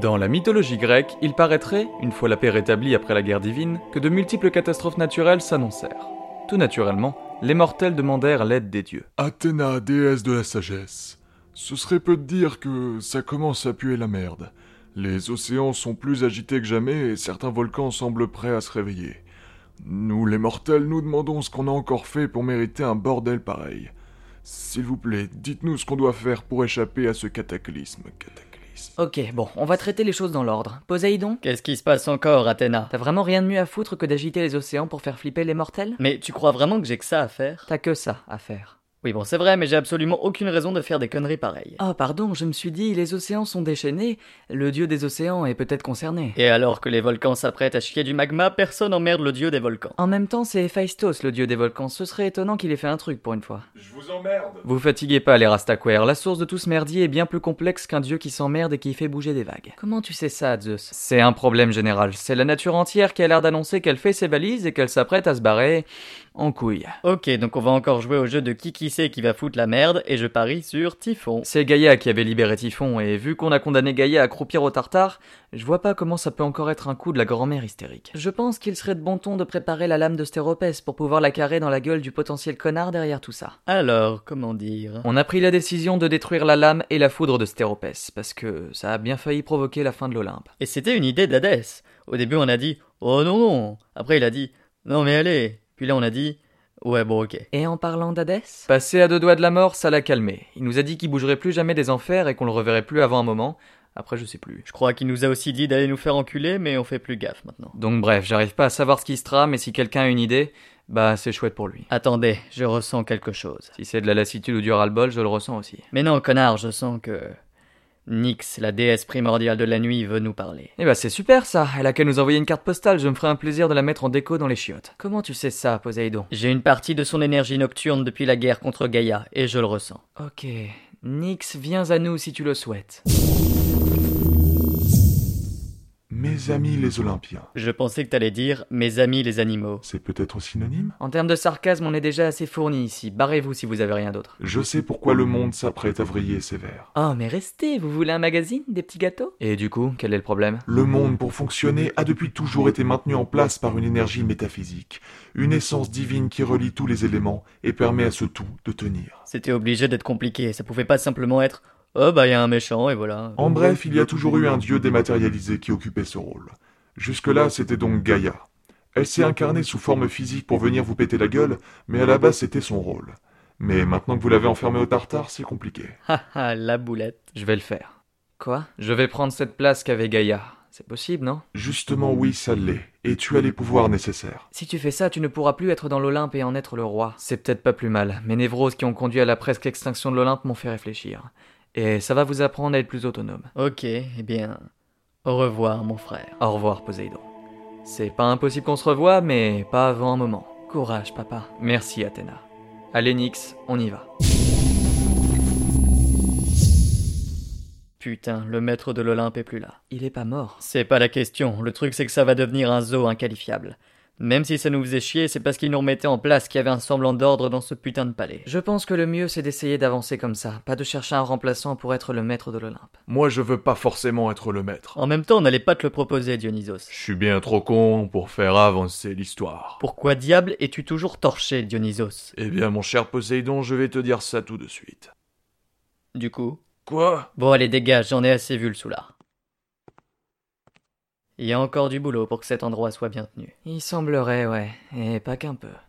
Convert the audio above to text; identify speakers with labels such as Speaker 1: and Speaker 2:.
Speaker 1: Dans la mythologie grecque, il paraîtrait, une fois la paix rétablie après la guerre divine, que de multiples catastrophes naturelles s'annoncèrent. Tout naturellement, les mortels demandèrent l'aide des dieux.
Speaker 2: Athéna, déesse de la sagesse. Ce serait peu de dire que ça commence à puer la merde. Les océans sont plus agités que jamais et certains volcans semblent prêts à se réveiller. Nous, les mortels, nous demandons ce qu'on a encore fait pour mériter un bordel pareil. S'il vous plaît, dites-nous ce qu'on doit faire pour échapper à ce cataclysme. Cataclysme.
Speaker 3: Ok, bon, on va traiter les choses dans l'ordre. Poséidon,
Speaker 4: Qu'est-ce qui se passe encore, Athéna
Speaker 3: t'as vraiment rien de mieux à foutre que d'agiter les océans pour faire flipper les mortels
Speaker 4: Mais tu crois vraiment que j'ai que ça à faire
Speaker 3: T'as que ça à faire.
Speaker 4: Oui, bon, c'est vrai, mais j'ai absolument aucune raison de faire des conneries pareilles.
Speaker 3: Ah pardon, je me suis dit, les océans sont déchaînés, le dieu des océans est peut-être concerné.
Speaker 4: Et alors que les volcans s'apprêtent à chier du magma, personne emmerde le dieu des volcans.
Speaker 3: En même temps, c'est Héphaïstos, le dieu des volcans, ce serait étonnant qu'il ait fait un truc pour une fois.
Speaker 2: Je vous emmerde.
Speaker 1: Vous
Speaker 3: Vous fatiguez pas les Rastaquaires, la source de tout ce merdier est bien plus complexe qu'un dieu qui s'emmerde et qui fait bouger des vagues. Comment tu sais ça, Zeus C'est un problème général, c'est la nature entière qui a l'air d'annoncer qu'elle fait ses valises et qu'elle s'apprête à se barrer en couille.
Speaker 4: Ok, donc on va encore jouer au jeu de qui qui sait qui va foutre la merde, et je parie sur Typhon.
Speaker 1: C'est Gaïa qui avait libéré Typhon, et vu qu'on a condamné Gaïa à croupir au tartare, je vois pas comment ça peut encore être un coup de la grand-mère hystérique.
Speaker 3: Je pense qu'il serait de bon ton de préparer la lame de stéropès pour pouvoir la carrer dans la gueule du potentiel connard derrière tout ça.
Speaker 4: Alors, comment dire
Speaker 1: On a pris la décision de détruire la lame et la foudre de Stéropès, parce que ça a bien failli provoquer la fin de l'Olympe.
Speaker 4: Et c'était une idée d'Hadès. Au début, on a dit Oh non, non Après, il a dit Non, mais allez Puis là, on a dit Ouais, bon, ok.
Speaker 3: Et en parlant d'Hadès
Speaker 1: Passé à deux doigts de la mort, ça l'a calmé. Il nous a dit qu'il bougerait plus jamais des enfers et qu'on le reverrait plus avant un moment. Après, je sais plus.
Speaker 4: Je crois qu'il nous a aussi dit d'aller nous faire enculer, mais on fait plus gaffe maintenant.
Speaker 1: Donc bref, j'arrive pas à savoir ce qui se trame, et si quelqu'un a une idée, bah c'est chouette pour lui.
Speaker 4: Attendez, je ressens quelque chose.
Speaker 1: Si c'est de la lassitude ou du ras-le-bol, je le ressens aussi.
Speaker 4: Mais non, connard, je sens que. Nyx, la déesse primordiale de la nuit, veut nous parler.
Speaker 1: Eh bah c'est super ça, elle a qu'à nous envoyer une carte postale, je me ferai un plaisir de la mettre en déco dans les chiottes.
Speaker 3: Comment tu sais ça, Poséidon
Speaker 4: J'ai une partie de son énergie nocturne depuis la guerre contre Gaïa, et je le ressens.
Speaker 3: Ok. Nyx, viens à nous si tu le souhaites.
Speaker 2: Mes amis les Olympiens.
Speaker 4: Je pensais que t'allais dire mes amis les animaux.
Speaker 2: C'est peut-être synonyme
Speaker 3: En termes de sarcasme, on est déjà assez fourni ici. Barrez-vous si vous avez rien d'autre.
Speaker 2: Je sais pourquoi le monde s'apprête à vriller sévère.
Speaker 3: Oh, mais restez, vous voulez un magazine Des petits gâteaux
Speaker 1: Et du coup, quel est le problème
Speaker 2: Le monde, pour fonctionner, a depuis toujours été maintenu en place par une énergie métaphysique, une essence divine qui relie tous les éléments et permet à ce tout de tenir.
Speaker 4: C'était obligé d'être compliqué, ça pouvait pas simplement être Oh bah y a un méchant et voilà.
Speaker 2: En bref, il y a toujours eu un dieu dématérialisé qui occupait ce rôle. Jusque-là, c'était donc Gaïa. Elle s'est incarnée sous forme physique pour venir vous péter la gueule, mais à la base, c'était son rôle. Mais maintenant que vous l'avez enfermée au tartare, c'est compliqué.
Speaker 4: Haha, Ah, la boulette.
Speaker 1: Je vais le faire.
Speaker 3: Quoi
Speaker 1: Je vais prendre cette place qu'avait Gaïa. C'est possible, non
Speaker 2: Justement, oui, ça l'est, et tu as les pouvoirs nécessaires.
Speaker 3: Si tu fais ça, tu ne pourras plus être dans l'Olympe et en être le roi.
Speaker 1: C'est peut-être pas plus mal. Mes névroses qui ont conduit à la presque extinction de l'Olympe m'ont fait réfléchir. Et ça va vous apprendre à être plus autonome.
Speaker 4: Ok, eh bien. Au revoir, mon frère.
Speaker 1: Au revoir, Poséidon. C'est pas impossible qu'on se revoie, mais pas avant un moment.
Speaker 3: Courage, papa.
Speaker 1: Merci, Athéna. Allez, Nyx, on y va.
Speaker 4: Putain, le maître de l'Olympe est plus là.
Speaker 3: Il est pas mort.
Speaker 4: C'est pas la question, le truc c'est que ça va devenir un zoo inqualifiable. Même si ça nous faisait chier, c'est parce qu'ils nous remettaient en place qu'il y avait un semblant d'ordre dans ce putain de palais.
Speaker 3: Je pense que le mieux, c'est d'essayer d'avancer comme ça, pas de chercher un remplaçant pour être le maître de l'Olympe.
Speaker 2: Moi, je veux pas forcément être le maître.
Speaker 4: En même temps, on n'allait pas te le proposer, Dionysos.
Speaker 2: Je suis bien trop con pour faire avancer l'histoire.
Speaker 4: Pourquoi diable es-tu toujours torché, Dionysos
Speaker 2: Eh bien, mon cher Poséidon, je vais te dire ça tout de suite.
Speaker 4: Du coup
Speaker 2: Quoi
Speaker 4: Bon, allez, dégage, j'en ai assez vu le soulard. Il y a encore du boulot pour que cet endroit soit bien tenu.
Speaker 3: Il semblerait, ouais. Et pas qu'un peu.